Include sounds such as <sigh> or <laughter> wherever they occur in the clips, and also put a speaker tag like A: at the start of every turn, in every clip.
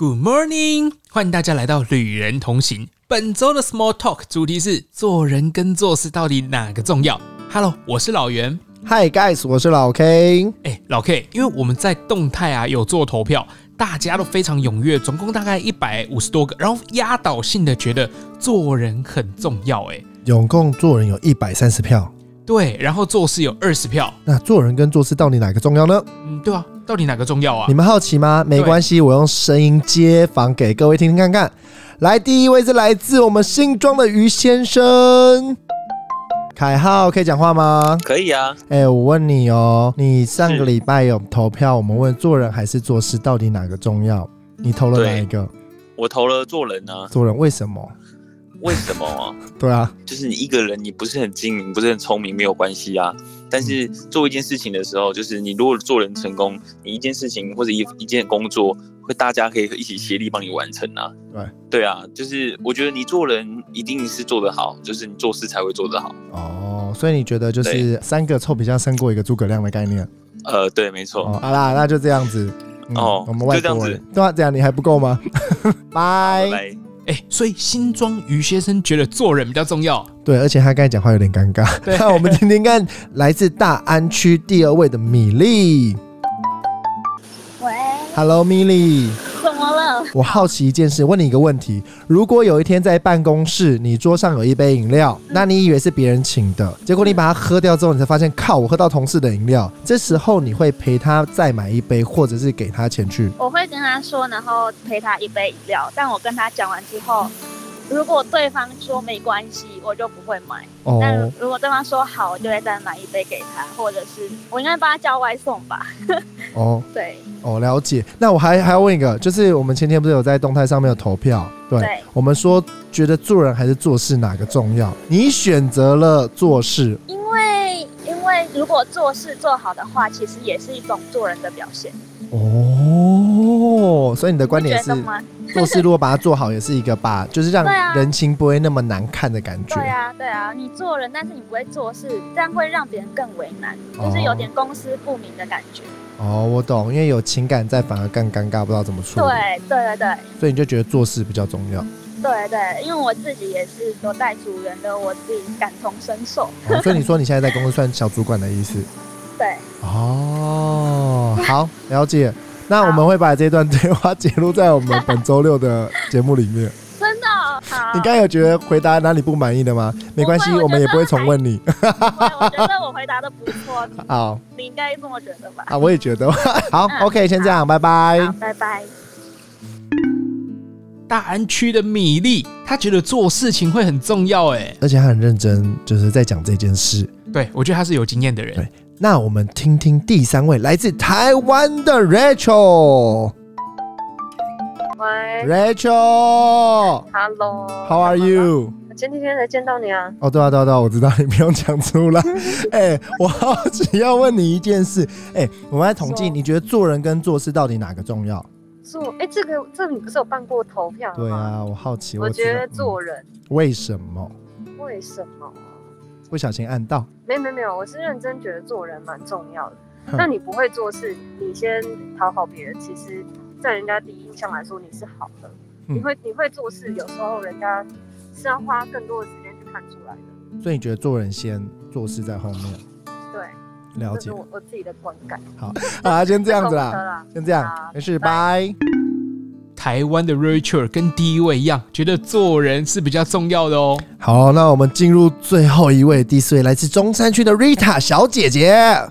A: Good morning，欢迎大家来到旅人同行。本周的 Small Talk 主题是做人跟做事到底哪个重要？Hello，我是老袁。
B: Hi guys，我是老 K。
A: 哎、老 K，因为我们在动态啊有做投票，大家都非常踊跃，总共大概一百五十多个，然后压倒性的觉得做人很重要、哎，
B: 总共做人有一百三十票，
A: 对，然后做事有二十票，
B: 那做人跟做事到底哪个重要呢？
A: 嗯，对啊，到底哪个重要啊
B: 你？们好奇吗？没关系，我用声音接访给各位听听看看。来，第一位是来自我们新庄的于先生。凯浩，可以讲话吗？
C: 可以啊，
B: 哎、我问你哦，你上个
C: 是
B: 礼拜有投票，我们问做人还是做事到底哪个重要？你投了哪一个？
C: 我投了做人啊，
B: 做人为什么？
C: 为什么啊？
B: 对啊，
C: 就是你一个人，你不是很精明，不是很聪明，没有关系啊。但是做一件事情的时候，就是你如果做人成功，你一件事情或者一一件工作，会大家可以一起协力帮你完成啊。
B: 对，
C: 对啊，就是我觉得你做人一定是做得好，就是你做事才会做得好。
B: 哦，所以你觉得就是三个臭皮匠胜过一个诸葛亮的概念？
C: 呃，对，没错。
B: 哦，好啦，那就这样子。嗯
C: 哦
B: 我们外
C: 就这样
B: 国
C: 子
B: 人，对啊，这样你还不够吗？ <laughs>
C: 拜
B: 拜。
C: 拜。
A: 哎、所以新庄于先生觉得做人比较重要。
B: 对，而且他刚才讲话有点尴尬。
A: 对
B: <laughs> 那我们听听看，来自大安区第二位的米粒。
D: 喂，
B: Hello，米粒，
D: 怎么了？
B: 我好奇一件事，问你一个问题：如果有一天在办公室，你桌上有一杯饮料，那你以为是别人请的，结果你把它喝掉之后，你才发现，靠，我喝到同事的饮料。这时候你会陪他再买一杯，或者是给他钱去？
D: 我会跟他说，然后陪他一杯饮料。但我跟他讲完之后，如果对方说没关系，我就不会买。但
B: 哦，
D: 如果对方说好，我就会再买一杯给他，或者是我应该帮他叫外送吧。
B: 哦，
D: 对，
B: 哦，了解。那我还还要问一个，就是我们前天不是有在动态上面有投票？对，
D: 对
B: 我们说觉得做人还是做事哪个重要？你选择了做事，
D: 因为因为如果做事做好的话，其实也是一种做人的表现，
B: 哦，所以你的观
D: 你
B: 点
D: 觉
B: 是
D: 得，吗？
B: <laughs> 做事如果把它做好，也是一个把，就是让
D: 对啊
B: 人情不会那么难看的感觉。
D: 对啊，对啊，你做人，但是你不会做事，这样会让别人更为难，就是
B: 哦
D: 有点公私不明的感觉。
B: 哦，我懂，因为有情感在，反而更尴尬，不知道怎么处理。
D: 对对对对。
B: 所以你就觉得做事比较重要。
D: 对对，因为我自己也是有带组员的，我自己感同身受。
B: 哦、所以你说你现在在公司算小主管的意思？
D: 对，
B: 哦，好，了解。那
D: 好
B: 我们会把这段对话记录在我们本周六的节目里面。
D: 真的哦好。
B: 你刚才有觉得回答哪里不满意的吗？没关系，
D: 不会
B: 我们也
D: 我觉得
B: 不会重问你。
D: 我我觉得我回答的不错，你
B: <laughs> 好
D: 你应该这么觉得吧？
B: 啊，我也觉得。 <laughs> 好
D: 嗯
B: ，OK，先这样，拜拜。
D: 好，拜拜。
A: 大安区的米粒，他觉得做事情会很重要。哎，
B: 而且他很认真，就是在讲这件事。
A: 对我觉得他是有经验的人。
B: 对那我们听听第三位来自台湾的 Rachel。
E: 喂
B: Rachel，How
E: ，Hello，How
B: are you？
E: 我前几天才见到你啊，
B: 哦，对啊，对啊，对啊，我知道， <laughs> 你不用讲出
E: <laughs>
B: 来。哎、我好奇要问你一件事，哎、我们来统计，
E: 说
B: 你觉得做人跟做事到底哪个重要？
E: 做哎，这个这个你不是有办过投票吗？
B: 对啊，我好奇，
E: 嗯我
B: 知道
E: 觉得做
B: 嗯
E: 人
B: 为什么
E: 为什么？
B: 不小心按到？
E: 没有没有没有，我是认真觉得做人蛮重要的。
B: 哼
E: 那你不会做事，你先讨好别人，其实，在人家第一印象来说你是好的。
B: 嗯
E: 你会你会做事，有时候人家是要花更多的时间去看出来的。
B: 所以你觉得做人先，做事在后面？
E: 对，
B: 了
E: 这
B: 解
E: 是。我我自己的观感。
B: 好啊，先这样子
E: 公车
B: 啦，
E: 啦，
B: 先这样
E: 好，
B: 没事，
E: 拜
B: 拜。
A: 台湾的 Rachel 跟第一位一样，觉得做人是比较重要的哦。
B: 好，那我们进入最后一位，第四位来自中山区的 Rita 小姐姐。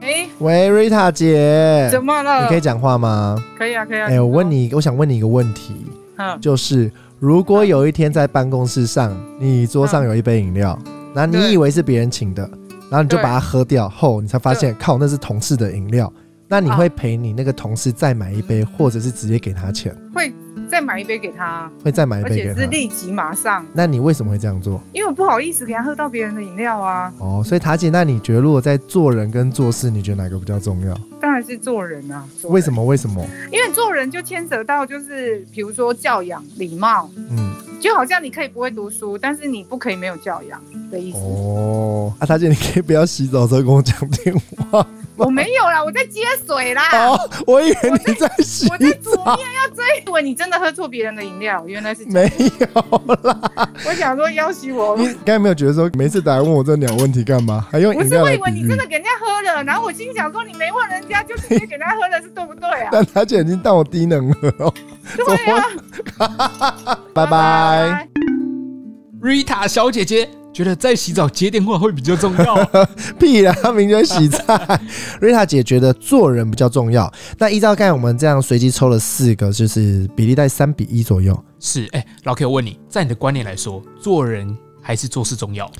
F: 哎，
B: 喂，Rita 姐，
F: 怎么了？
B: 哎你可以讲话吗？
F: 可以啊，可以啊。
B: 哎、我问你，我想问你一个问题，
F: 嗯，
B: 就是如果有一天在办公室上，你桌上有一杯饮料，
F: 嗯
B: 那你以为是别人请的，然后你就把它喝掉后，你才发现靠，那是同事的饮料。那你会
F: 哦
B: 陪你那个同事再买一杯，或者是直接给他钱，
F: 会再买一杯给他，
B: 会再买一
F: 而
B: 杯给
F: 且
B: 他？
F: 是立即马上，
B: 那你为什么会这样做？
F: 因为我不好意思给他喝到别人的饮料啊。
B: 哦，所以塔姐，那你觉得如果在做人跟做事，你觉得哪个比较重要？
F: 当然是做人啊，做人
B: 为什？么？为什么？
F: 因为做人就牵扯到就是，比如说教养、礼貌，
B: 嗯，
F: 就好像你可以不会读书，但是你不可以没有教养的意思。
B: 哦哦，啊，塔姐，你可以不要洗澡的时候跟我讲电话。
F: 我没有啦，我在接水啦。
B: 哦，我以为你在洗
F: 我在煮
B: 澡，
F: 面要追我，你真的喝错别人的饮料，原来是这样。
B: 没有啦。
F: 我想说要挟我，
B: 你刚才没有觉得说每次打来问我这鸟问题干嘛，还用
F: 不
B: 饮
F: 是
B: 料
F: 我
B: 来
F: 以为
B: 比
F: 你
B: 喻
F: 真？的给人家喝了，然后我心想说你没问人家，就直接给人家喝了是对不对
B: <laughs>
F: 啊？
B: 但他现在已经当我低能儿了。哦 <laughs>
F: <laughs> 对啊，
B: 拜拜。。
A: Rita 小姐姐觉得在洗澡接电话会比较重
B: <laughs>
A: 要，
B: 屁啦，他明天洗菜。 <laughs> 瑞塔姐觉得做人比较重要。那依照刚才我们这样随机抽了四个，就是比例在三比一左右。
A: 是哎、老 K，我问你，在你的观念来说，做人还是做事重要？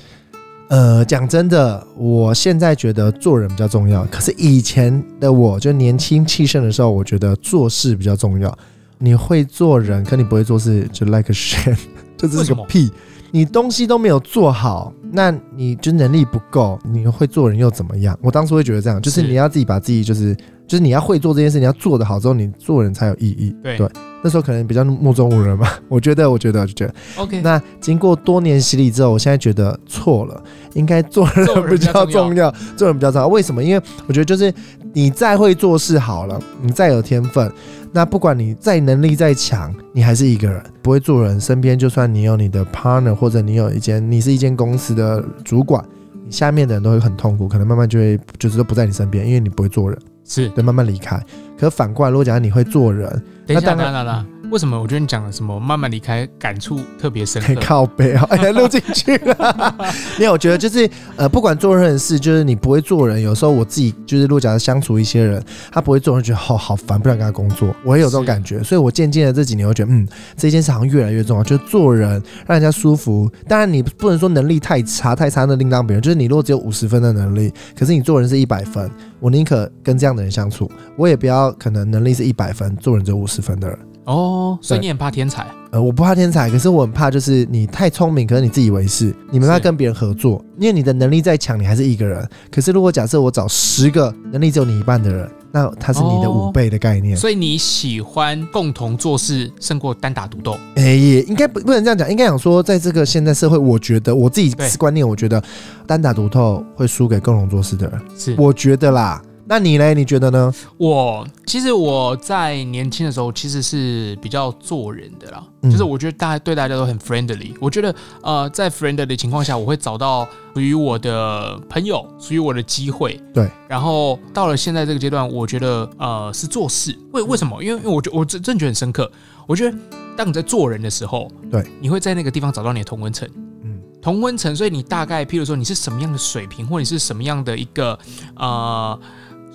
B: 呃，讲真的，我现在觉得做人比较重要。可是以前的我，就年轻气盛的时候，我觉得做事比较重要。你会做人，可你不会做事，就 like
A: <laughs>
B: a shit，就这
A: 为
B: 是
A: 什
B: 个
A: 么
B: 屁。你东西都没有做好，那你就能力不够，你会做人又怎么样？我当初会觉得这样，就是
A: 是
B: 你要自己把自己，就是就是你要会做这件事，你要做得好之后，你做人才有意义。
A: 对
B: 那时候可能比较目中无人吧，我觉得，我觉得，我觉得。
A: OK，
B: 那经过多年洗礼之后，我现在觉得错了，应该做
A: 做
B: 人
A: 人
B: 比
A: 比较
B: 较
A: 重要
B: 重要，做人比较重要。为什么？因为我觉得就是你再会做事好了，你再有天分，那不管你再能力再强，你还是一个人，不会做人。身边就算你有你的 partner，或者你有一间你是一间公司的主管，你下面的人都会很痛苦，可能慢慢就会就是都不在你身边，因为你不会做人，
A: 是
B: 对，慢慢离开。可反过来，如果讲你会做人，
A: 等一下，
B: 那当然
A: 啦啦啦，为什么我觉得你讲的什么慢慢离开，感触特别
B: <laughs>
A: 深刻？
B: 靠背啊，哎呀，录进去了。没有，我觉得就是呃，不管做任何事，就是你不会做人，有时候我自己就是，如果假如相处一些人，他不会做人，觉得好好烦，不想跟他工作，我也有这种
A: 是
B: 感觉。所以我渐渐的这几年，我觉得嗯，这件事好像越来越重要，就是做人让人家舒服。当然，你不能说能力太差，太差那另当别论。就是你如果只有五十分的能力，可是你做人是一百分，我宁可跟这样的人相处，我也不要可能能力是一百分，做人只有五十分的人。
A: 哦，所以
B: 对
A: 你很怕天才，
B: 呃，我不怕天才，可是我很怕就是你太聪明，可是你自以为是，你没办法
A: 是
B: 跟别人合作，因为你的能力再强，你还是一个人。可是如果假设我找十个能力只有你一半的人，那他是你的
A: 哦
B: 五倍的概念。
A: 所以你喜欢共同做事胜过单打独斗。
B: 哎、也应该不不能这样讲，应该讲说，在这个现在社会，我觉得我自己
A: 对
B: 观念，我觉得单打独斗会输给共同做事的人，
A: 是我
B: 我觉得啦。那你嘞？你觉得呢？
A: 我其实我在年轻的时候其实是比较做人的啦，
B: 嗯
A: 就是我觉得大家对大家都很 friendly。我觉得呃，在 friendly 的情况下，我会找到属于我的朋友，属于我的机会。
B: 对，
A: 然后到了现在这个阶段，我觉得呃是做事。为为什么？因为因为我觉我真真的觉得很深刻。我觉得当你在做人的时候，
B: 对，
A: 你会在那个地方找到你的同温层。
B: 嗯
A: 同温层，所以你大概，譬如说你是什么样的水平，或者你是什么样的一个呃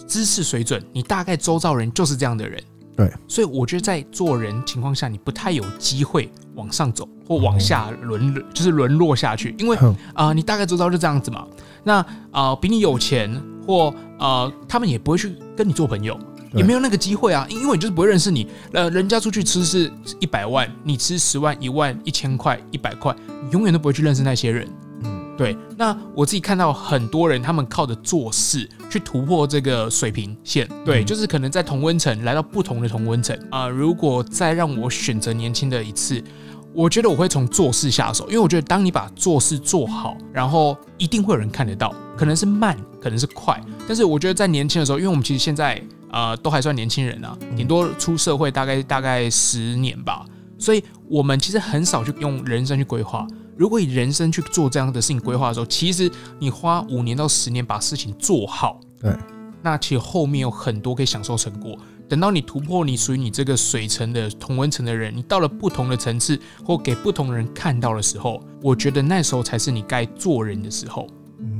A: 知识水准，你大概周遭人就是这样的人。
B: 对，
A: 所以我觉得在做人情况下，你不太有机会往上走或往下沦，
B: 哦
A: 就是沦落下去，因为
B: 哼
A: 啊、你大概周遭就这样子嘛。那啊、比你有钱或呃，他们也不会去跟你做朋友，
B: 对
A: 也没有那个机会啊，因因为你就是不会认识你。呃，人家出去吃是一百万，你吃十万、一万、一千块、一百块，你永远都不会去认识那些人。
B: 嗯，
A: 对，那我自己看到很多人，他们靠着做事去突破这个水平线。对，
B: 嗯
A: 就是可能在同温层来到不同的同温层啊、如果再让我选择年轻的一次，我觉得我会从做事下手，因为我觉得当你把做事做好，然后一定会有人看得到，可能是慢，可能是快，但是我觉得在年轻的时候，因为我们其实现在呃都还算年轻人啊，顶多出社会大概大概十年吧，所以我们其实很少去用人生去规划。如果以人生去做这样的事情规划的时候，其实你花五年到十年把事情做好，
B: 对，
A: 那其实后面有很多可以享受成果。等到你突破你属于你这个水层的同温层的人，你到了不同的层次或给不同的人看到的时候，我觉得那时候才是你该做人的时候。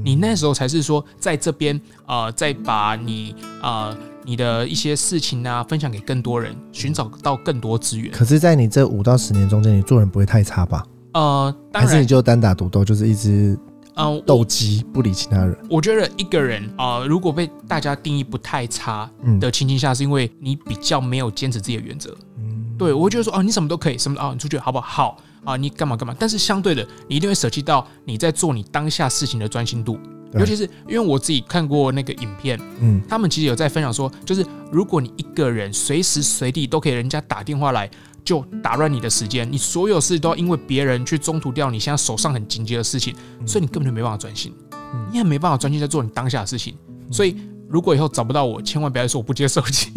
A: 你那时候才是说在这边呃，再把你呃你的一些事情啊分享给更多人，寻找到更多资源。
B: 可是，在你这五到十年中间，你做人不会太差吧？
A: 呃，当
B: 还是
A: 然
B: 你，就单打独斗，就是一只
A: 嗯、呃，
B: 斗鸡，不理其他人？
A: 我觉得一个人啊、呃如果被大家定义不太差
B: 嗯
A: 的情境下，是因为你比较没有坚持自己的原则。
B: 嗯
A: 对我会觉得说，哦，你什么都可以，什么哦，你出去好不好？好啊，你干嘛干嘛？但是相对的，你一定会舍弃到你在做你当下事情的专心度。
B: 对
A: 尤其是因为我自己看过那个影片，
B: 嗯，
A: 他们其实有在分享说，就是如果你一个人随时随地都可以人家打电话来，就打乱你的时间，你所有事都要因为别人去中途掉你现在手上很
B: 嗯嗯
A: 紧急的事情，所以你根本就没办法专心，你也没办法专心在做你当下的事情。所以如果以后找不到我，千万不要说我不接受机。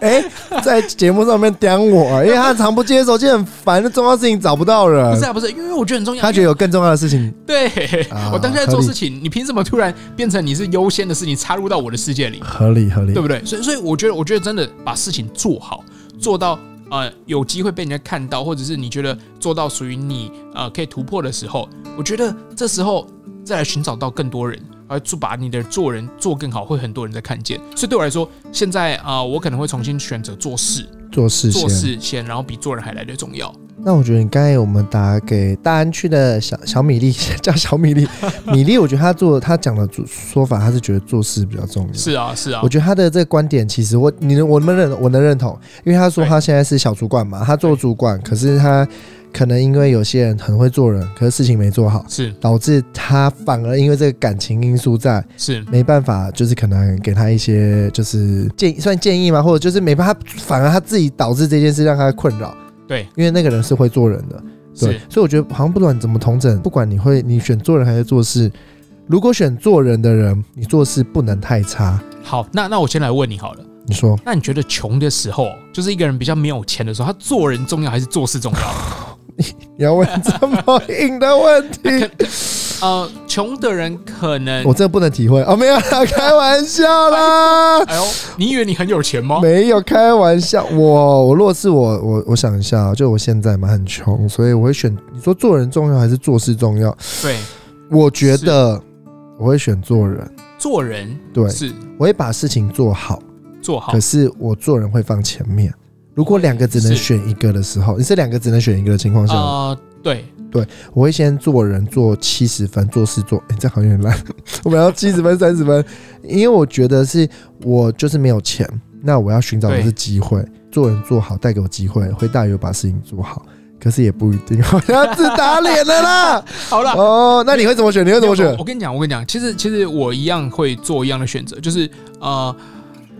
B: 哎、在节目上面刁我、因为他常不接手机，很烦，重要事情找不
A: <laughs>
B: 到
A: 不
B: 人
A: 是，啊，不是，因为我觉得很重要。
B: 他觉得有更重要的事情。
A: 对、
B: 啊
A: 我当下在
B: 合
A: 做
B: 理
A: 事情，你凭什么突然变成你是优先的事情插入到我的世界里？
B: 合理合理
A: 对，不对？所以，所以我觉得，我觉得真的把事情做好，做到呃有机会被人家看到，或者是你觉得做到属于你呃可以突破的时候，我觉得这时候再来寻找到更多人，而做把你的做人做更好，会很多人在看见。所以对我来说，现在啊、呃我可能会重新选择做事，
B: 做事
A: 做
B: 先。
A: 事先，然后比做人还来得重要。
B: 那我觉得你刚才我们打给大安区的小小米粒， <laughs> 叫小米粒，米粒，我觉得他做他讲的主说法，他是觉得做事比较重要。
A: 是啊，是啊
B: 我，觉得他的这个观点，其实我你能我能认我能认同，因为他说
A: 对
B: 他现在是小主管嘛，他做
A: 对
B: 主管，可是他可能因为有些人很会做人，可是事情没做好，
A: 是
B: 导致他反而因为这个感情因素在
A: 是
B: 没办法，就是可能给他一些就是建议算建议吗？或者就是没办法，反而他自己导致这件事让他困扰，
A: 对
B: 因为那个人是会做人的，对
A: 是，，
B: 所以我觉得好像不管怎么同整，不管你会你选做人还是做事，如果选做人的人，你做事不能太差。
A: 好，那那我先来问你好了。
B: 你说
A: 那你觉得穷的时候，就是一个人比较没有钱的时候，他做人重要还是做事重要？
B: 你要问这么硬的问题，
A: 呃，穷的人可能
B: 我，真的不能体会哦，没有啦，开玩笑啦。
A: 哎呦，你以为你很有钱吗？
B: 没有开玩笑，我我如果是我我我想一下，就我现在嘛很穷，所以我会选你说做人重要还是做事重要？
A: 对，
B: 我觉得我会选做人，
A: 做人
B: 对
A: 是
B: 我会把事情做好，
A: 做好
B: 可，是我做人会放前面。如果两个只能
A: 是
B: 选一个的时候，你是两个只能选一个的情况下，
A: 呃，对，
B: 我会先做人做七十分，做事做，哎、这好像有点烂。我们要七十分、三十分，因为我觉得是我就是没有钱，那我要寻找的是
A: 对
B: 机会，做人做好带给我机会，会大于我把事情做好。可是也不一定，好像自打脸了啦。
A: 好了。
B: 哦，那你会怎么选？你会怎么选
A: 我？跟你讲，我跟你讲，其实其实我一样会做一样的选择，就是呃，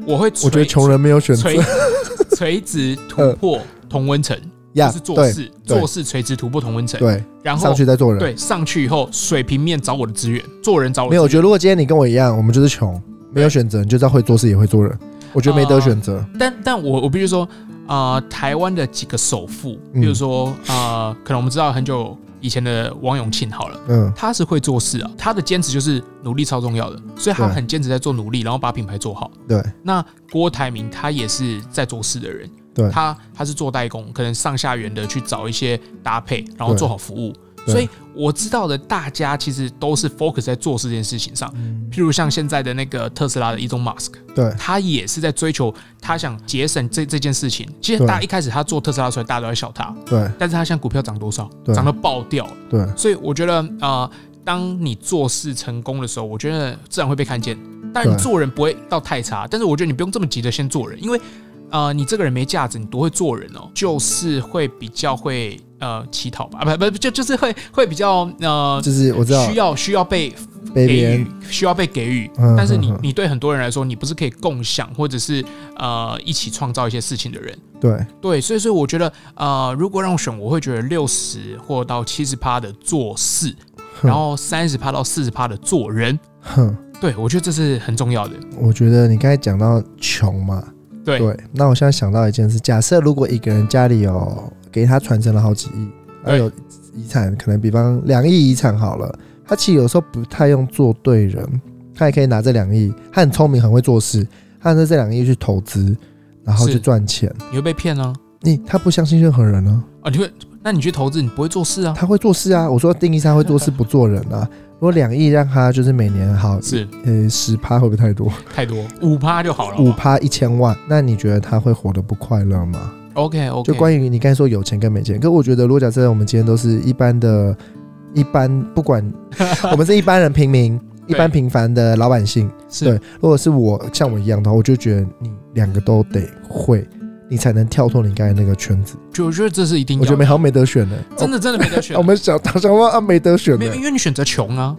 A: 我会
B: 我觉得穷人没有选择
A: 垂 <laughs> 垂直突破同温层，
B: 呀
A: 就是做
B: 嗯对
A: 事
B: 对
A: 做事垂直突破同温层，
B: 对，
A: 然后
B: 上去再做人。
A: 对上去以后水平面找我的资源，做人找我
B: 没有，
A: 的
B: 我
A: 资
B: 觉
A: 源。
B: 得如果今天你跟我一样，我们就是穷，没有选择，你就知道会做事也会做人。我觉得没得
A: 啊
B: 选择。
A: 但但我我必须说，呃，台湾的几个首富，
B: 嗯
A: 比如说呃，可能我们知道很久以前的王永庆好了。
B: 嗯，
A: 他是会做事啊，他的坚持就是努力超重要的，所以他
B: 对
A: 很坚持在做努力，然后把品牌做好。
B: 对
A: 那郭台铭他也是在做事的人，
B: 对
A: 他他是做代工，可能上下游的去找一些搭配，然后
B: 对
A: 做好服务。
B: 对
A: 所以我知道的，大家其实都是 focus 在做事这件事情上。譬如像现在的那个特斯拉的 Elon Musk，
B: 对
A: 他也是在追求他想节省这这件事情。其实
B: 对
A: 大家一开始他做特斯拉的时候，大家都在笑他，
B: 对
A: 但是他现在股票涨多少？
B: 对
A: 涨到爆掉了。
B: 对，
A: 所以我觉得，呃，当你做事成功的时候，我觉得自然会被看见。但你
B: 对
A: 做人不会到太差，但是我觉得你不用这么急着先做人，因为，呃，你这个人没价值，你多会做人哦，就是会比较会呃乞讨吧，啊，不不就就是会会比较呃
B: 就是我知道
A: 需要需要被给
B: 被别
A: 予
B: 人，
A: 需要被给予
B: 嗯。
A: 但是你
B: 嗯嗯
A: 你对很多人来说，你不是可以共享或者是呃一起创造一些事情的人。
B: 对
A: 对，所以所以我觉得，呃，如果让我选，我会觉得六十或到七十趴的做事，
B: 哼
A: 然后三十趴到四十趴的做人。
B: 哼。
A: 对，我觉得这是很重要的。
B: 我觉得你刚才讲到穷嘛，
A: 对，
B: 对，那我现在想到一件事，假设如果一个人家里有给他传承了好几亿，他
A: 对
B: 有遗产，可能比方两亿遗产好了，他其实有时候不太用做对人，他也可以拿这两亿，他很聪明，很会做事，他拿这两亿去投资，然后
A: 是
B: 去赚钱。
A: 你会被骗啊！
B: 你他不相信任何人呢、
A: 啊，你会，那你去投资，你不会做事啊？
B: 他会做事啊。我说定义上会做事不做人啊。如果两亿让他就是每年好
A: 是
B: 呃十趴会不会太多？
A: 太多，五趴就好了。
B: 五趴一千万，那你觉得他会活得不快乐吗？
A: ，OK OK，
B: 就关于你刚才说有钱跟没钱，可我觉得如果假设我们今天都是一般的，一般
A: <laughs>
B: 不管我们是一般人平民，一
A: 对
B: 般平凡的老百姓，对
A: 是，，
B: 如果是我像我一样的话，我就觉得你两个都得会，你才能跳脱你刚才那个圈子。
A: 就我觉得这是一定
B: 我觉
A: 要
B: 得
A: 的。
B: 没好像没得选呢、
A: 真的真的没得选
B: 哦我，们想想说啊，没得选
A: 没
B: 呢、
A: 有，因为你选择穷啊。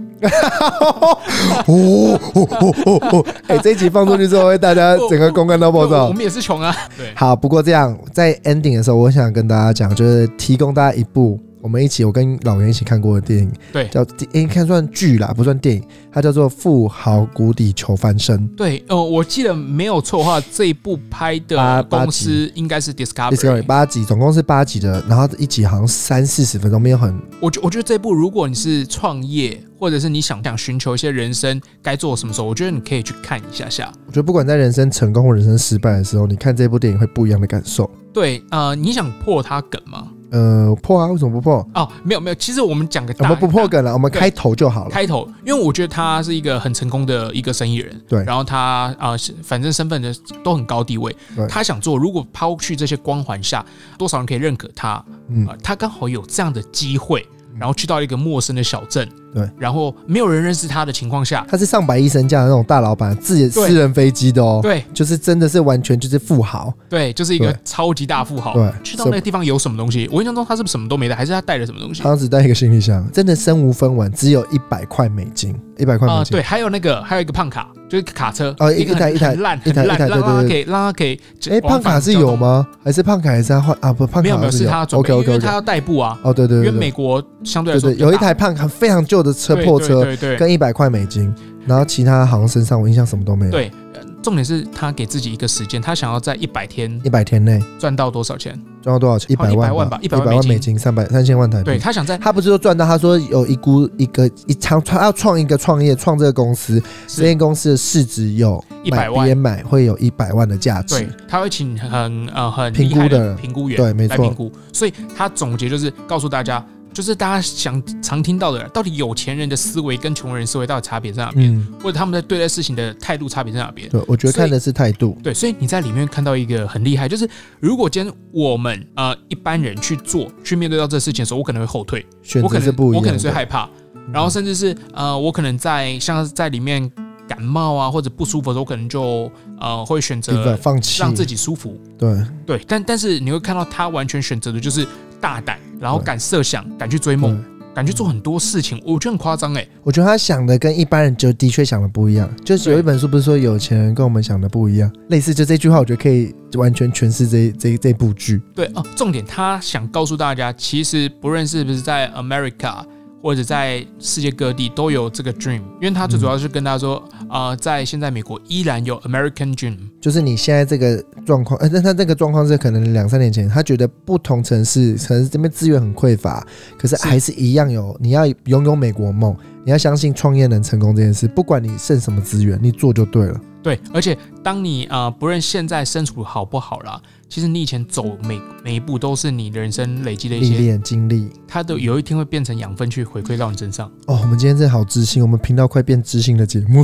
B: 哦哦哦哦哦！哎、这一集放出去
A: <laughs>
B: 之后，会大家整个公干到爆
A: 我
B: 炸
A: 我。们也是穷啊。对，
B: 好，不过这样在 ending 的时候，我想跟大家讲，就是提供大家一部我们一起，我跟老袁一起看过的电影，
A: 对
B: 叫应该、算剧啦，不算电影，它叫做《富豪谷底求翻身
A: 对，呃，我记得没有错的话，这一部拍
B: 八
A: 的
B: 八集
A: 公司应该是》
B: ，Discovery 八集，总共是八集的，然后一集好像三四十分钟，没有很
A: 我觉我觉得这部，如果你是创业，或者是你想想寻求一些人生该做什么时候，我觉得你可以去看一下下。
B: 我觉得不管在人生成功或人生失败的时候，你看这部电影会不一样的感受。
A: 对，呃，你想破它梗吗？
B: 呃，破啊，为什么不破？
A: 哦，没有没有，其实我们讲个
B: 我
A: 大，
B: 们不破梗了，我们
A: 对
B: 开头就好了。
A: 开头，因为我觉得他是一个很成功的一个生意人，
B: 对
A: 然后他啊、呃是反正身份的都很高地位
B: 对，
A: 他想做，如果抛去这些光环下，多少人可以认可他？
B: 嗯
A: 啊、，他刚好有这样的机会，然后去到一个陌生的小镇，
B: 对，
A: 然后没有人认识他的情况下，
B: 他是上百亿身价的那种大老板，自己
A: 对
B: 私人飞机的哦。，
A: 对
B: 就是真的是完全就是富豪。
A: 对，就是一个
B: 对
A: 超级大富豪。
B: 对
A: 去到那个地方有什么东西？我印象中他是不是什么都没带，还是他带了什么东西？
B: 他只带一个行李箱，真的身无分文，只有一百块美金，一百块
A: 啊、
B: 美金。
A: 对，还有那个，还有一个胖卡，就是卡车，
B: 哦一
A: 一个
B: 一台
A: 很
B: 一台
A: 很烂，
B: 一台
A: 很烂，
B: 一台
A: 让
B: 对对
A: 让他
B: 对
A: 可以，让他可以。
B: 哎、胖卡是有？吗？还是胖卡还是他换啊？不，胖
A: 没有没
B: 卡
A: 有，是他准备
B: OK
A: 因
B: OK
A: 为他
B: OK。
A: 要代步啊。
B: 哦，对对
A: 因
B: 对
A: 为
B: 对
A: 美国相对来
B: 对
A: 说
B: 对，
A: 比较
B: 有一
A: 大
B: 台胖卡非常旧的车
A: 对
B: 破车，
A: 对对对
B: 跟一百块美金，然后其他好像身上我印象什么都没有。，
A: 对。呃重点是他给自己一个时间，他想要在一百天
B: 一百天内
A: 赚到多少钱？
B: 赚到多少钱？一百
A: 100
B: 万
A: 万吧
B: 一
A: 100
B: 百
A: 万
B: 万美
A: 美
B: 金，三百三千万台币。
A: 对他想在
B: 他不是说赚到，他说有一估一个一创他要创一个创业创这个公司，这间公司的市值有
A: 100
B: 买
A: 万
B: 别人买会有一百万的价值
A: 对。，他会请很呃很
B: 评
A: 厉害
B: 估的人
A: 评估员
B: 对没
A: 来
B: 错
A: 评估，所以他总结就是告诉大家，就是大家想常听到的，到底有钱人的思维跟穷人思维到底差别在哪边，
B: 嗯，
A: 或者他们在对待事情的态度差别在哪边？
B: 对，我觉得
A: 所以
B: 看的是态度。
A: 对，所以你在里面看到一个很厉害，就是如果今天我们呃一般人去做去面对到这事情的时候，我可能会后退，
B: 选
A: 我可
B: 择是
A: 能
B: 不一
A: 我可
B: 样
A: 能是
B: 的。嗯
A: 害怕，然后甚至是呃，我可能在像是在里面感冒啊或者不舒服的时候，我可能就呃会选
B: 一个
A: 择
B: 放弃，
A: 让自己舒服，
B: 对
A: 对，但但是你会看到他完全选择的就是大胆，然后敢设想，敢去追梦，
B: 对
A: 敢去做很多事情，我觉得很夸张哎。
B: 我觉得他想的跟一般人就的确想的不一样。就是有一本书不是说有钱人跟我们想的不一样，类似就这句话，我觉得可以完全诠释这这这部剧。
A: 对哦、重点他想告诉大家，其实不论是不是在 America 或者在世界各地都有这个 dream，因为他最主要是跟大家说，啊，在现在美国依然有 American dream，
B: 就是你现在这个状况，呃，但他这个状况是可能两三年前，他觉得不同城市可能这边资源很匮乏，可是
A: 是
B: 还是一样有，你要拥有美国梦，你要相信创业能成功这件事，不管你剩什么资源，你做就对了。
A: 对，而且当你啊、呃不论现在身处好不好啦，其实你以前走每每一步都是你人生累积的一
B: 历
A: 些，
B: 练经历，
A: 它都有一天会变成养分去回馈到你身上。
B: 哦，我们今天真的好知性，我们频道快变知性的节
A: <laughs>
B: 目，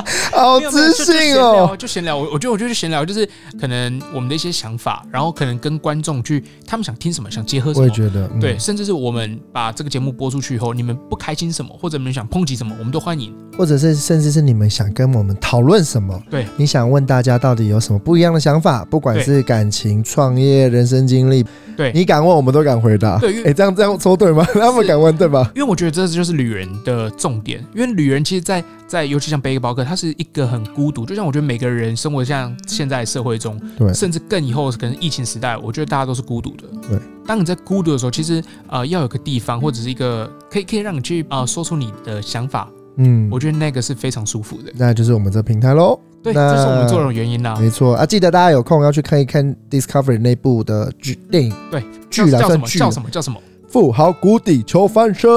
A: 没有没有
B: 知
A: 就就
B: 性
A: 闲
B: 哦
A: 聊。就闲聊。我我觉得我就是闲聊，就是可能我们的一些想法，然后可能跟观众去他们想听什么，想结合什
B: 我
A: 么
B: 也。觉得，嗯、
A: 对，，甚至是我们把这个节目播出去以后，你们不开心什么，或者你们想抨击什么，我们都欢迎。
B: 或者是甚至是你们想跟我们讨论什么，
A: 对，
B: 你想问大家到底有什么不一样的想法，不管
A: 对
B: 是感情、创业、人生经历，
A: 对
B: 你敢问，我们都敢回答。
A: 对因
B: 哎、
A: 为
B: 这样这样说对吗？ <laughs> 他们敢问对吧？
A: 因为我觉得这就是旅人的重点，因为旅人其实在，在尤其像背包客，他是一个很孤独，就像我觉得每个人生活像现在社会中，
B: 对
A: 甚至更以后可能疫情时代，我觉得大家都是孤独的。
B: 对，
A: 当你在孤独的时候，其实呃要有个地方或者是一个可以可以让你去啊、呃说出你的想法，
B: 嗯
A: 我，觉得那个是非常舒服的。
B: 那就是我们这平台喽。
A: 对，
B: 那
A: 这是我们做的原因啦、
B: 没错啊，记得大家有空要去看一看 Discovery 那部的剧电影，
A: 对，
B: 剧
A: 叫
B: 啦
A: 叫什
B: 啊算
A: 么
B: 剧
A: 叫什么叫什么？
B: 富豪谷底求翻身》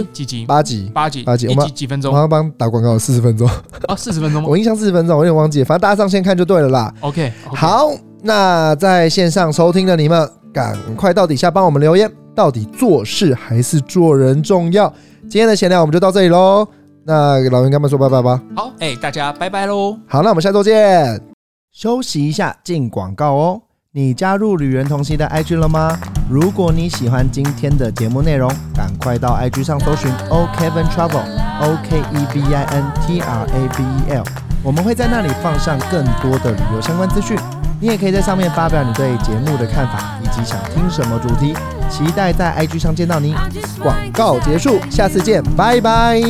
A: 几集几集？
B: 呃八集，
A: 八集
B: 八集
A: 一
B: 我
A: 集
B: 们
A: 几分
B: 我
A: 钟
B: 好？像帮打广告四十分钟，
A: 哦，四十分钟吗
B: 我印象四十分钟，我有点忘记了，反正大家上线看就对了啦。
A: ？OK，
B: 好，那在线上收听的你们，赶快到底下帮我们留言，到底做事还是做人重要？今天的闲聊我们就到这里喽。那老袁跟他们说拜拜吧。
A: 好，哎、大家拜拜喽。
B: 好，那我们下周见。
G: 休息一下，进广告哦。你加入旅人同行的 IG 了吗？如果你喜欢今天的节目内容，赶快到 IG 上搜寻 O Kevin Travel O K E V I N T R A V E L，我们会在那里放上更多的旅游相关资讯。你也可以在上面发表你对节目的看法以及想听什么主题。期待在 IG 上见到你。
B: 广告结束，下次见，拜拜。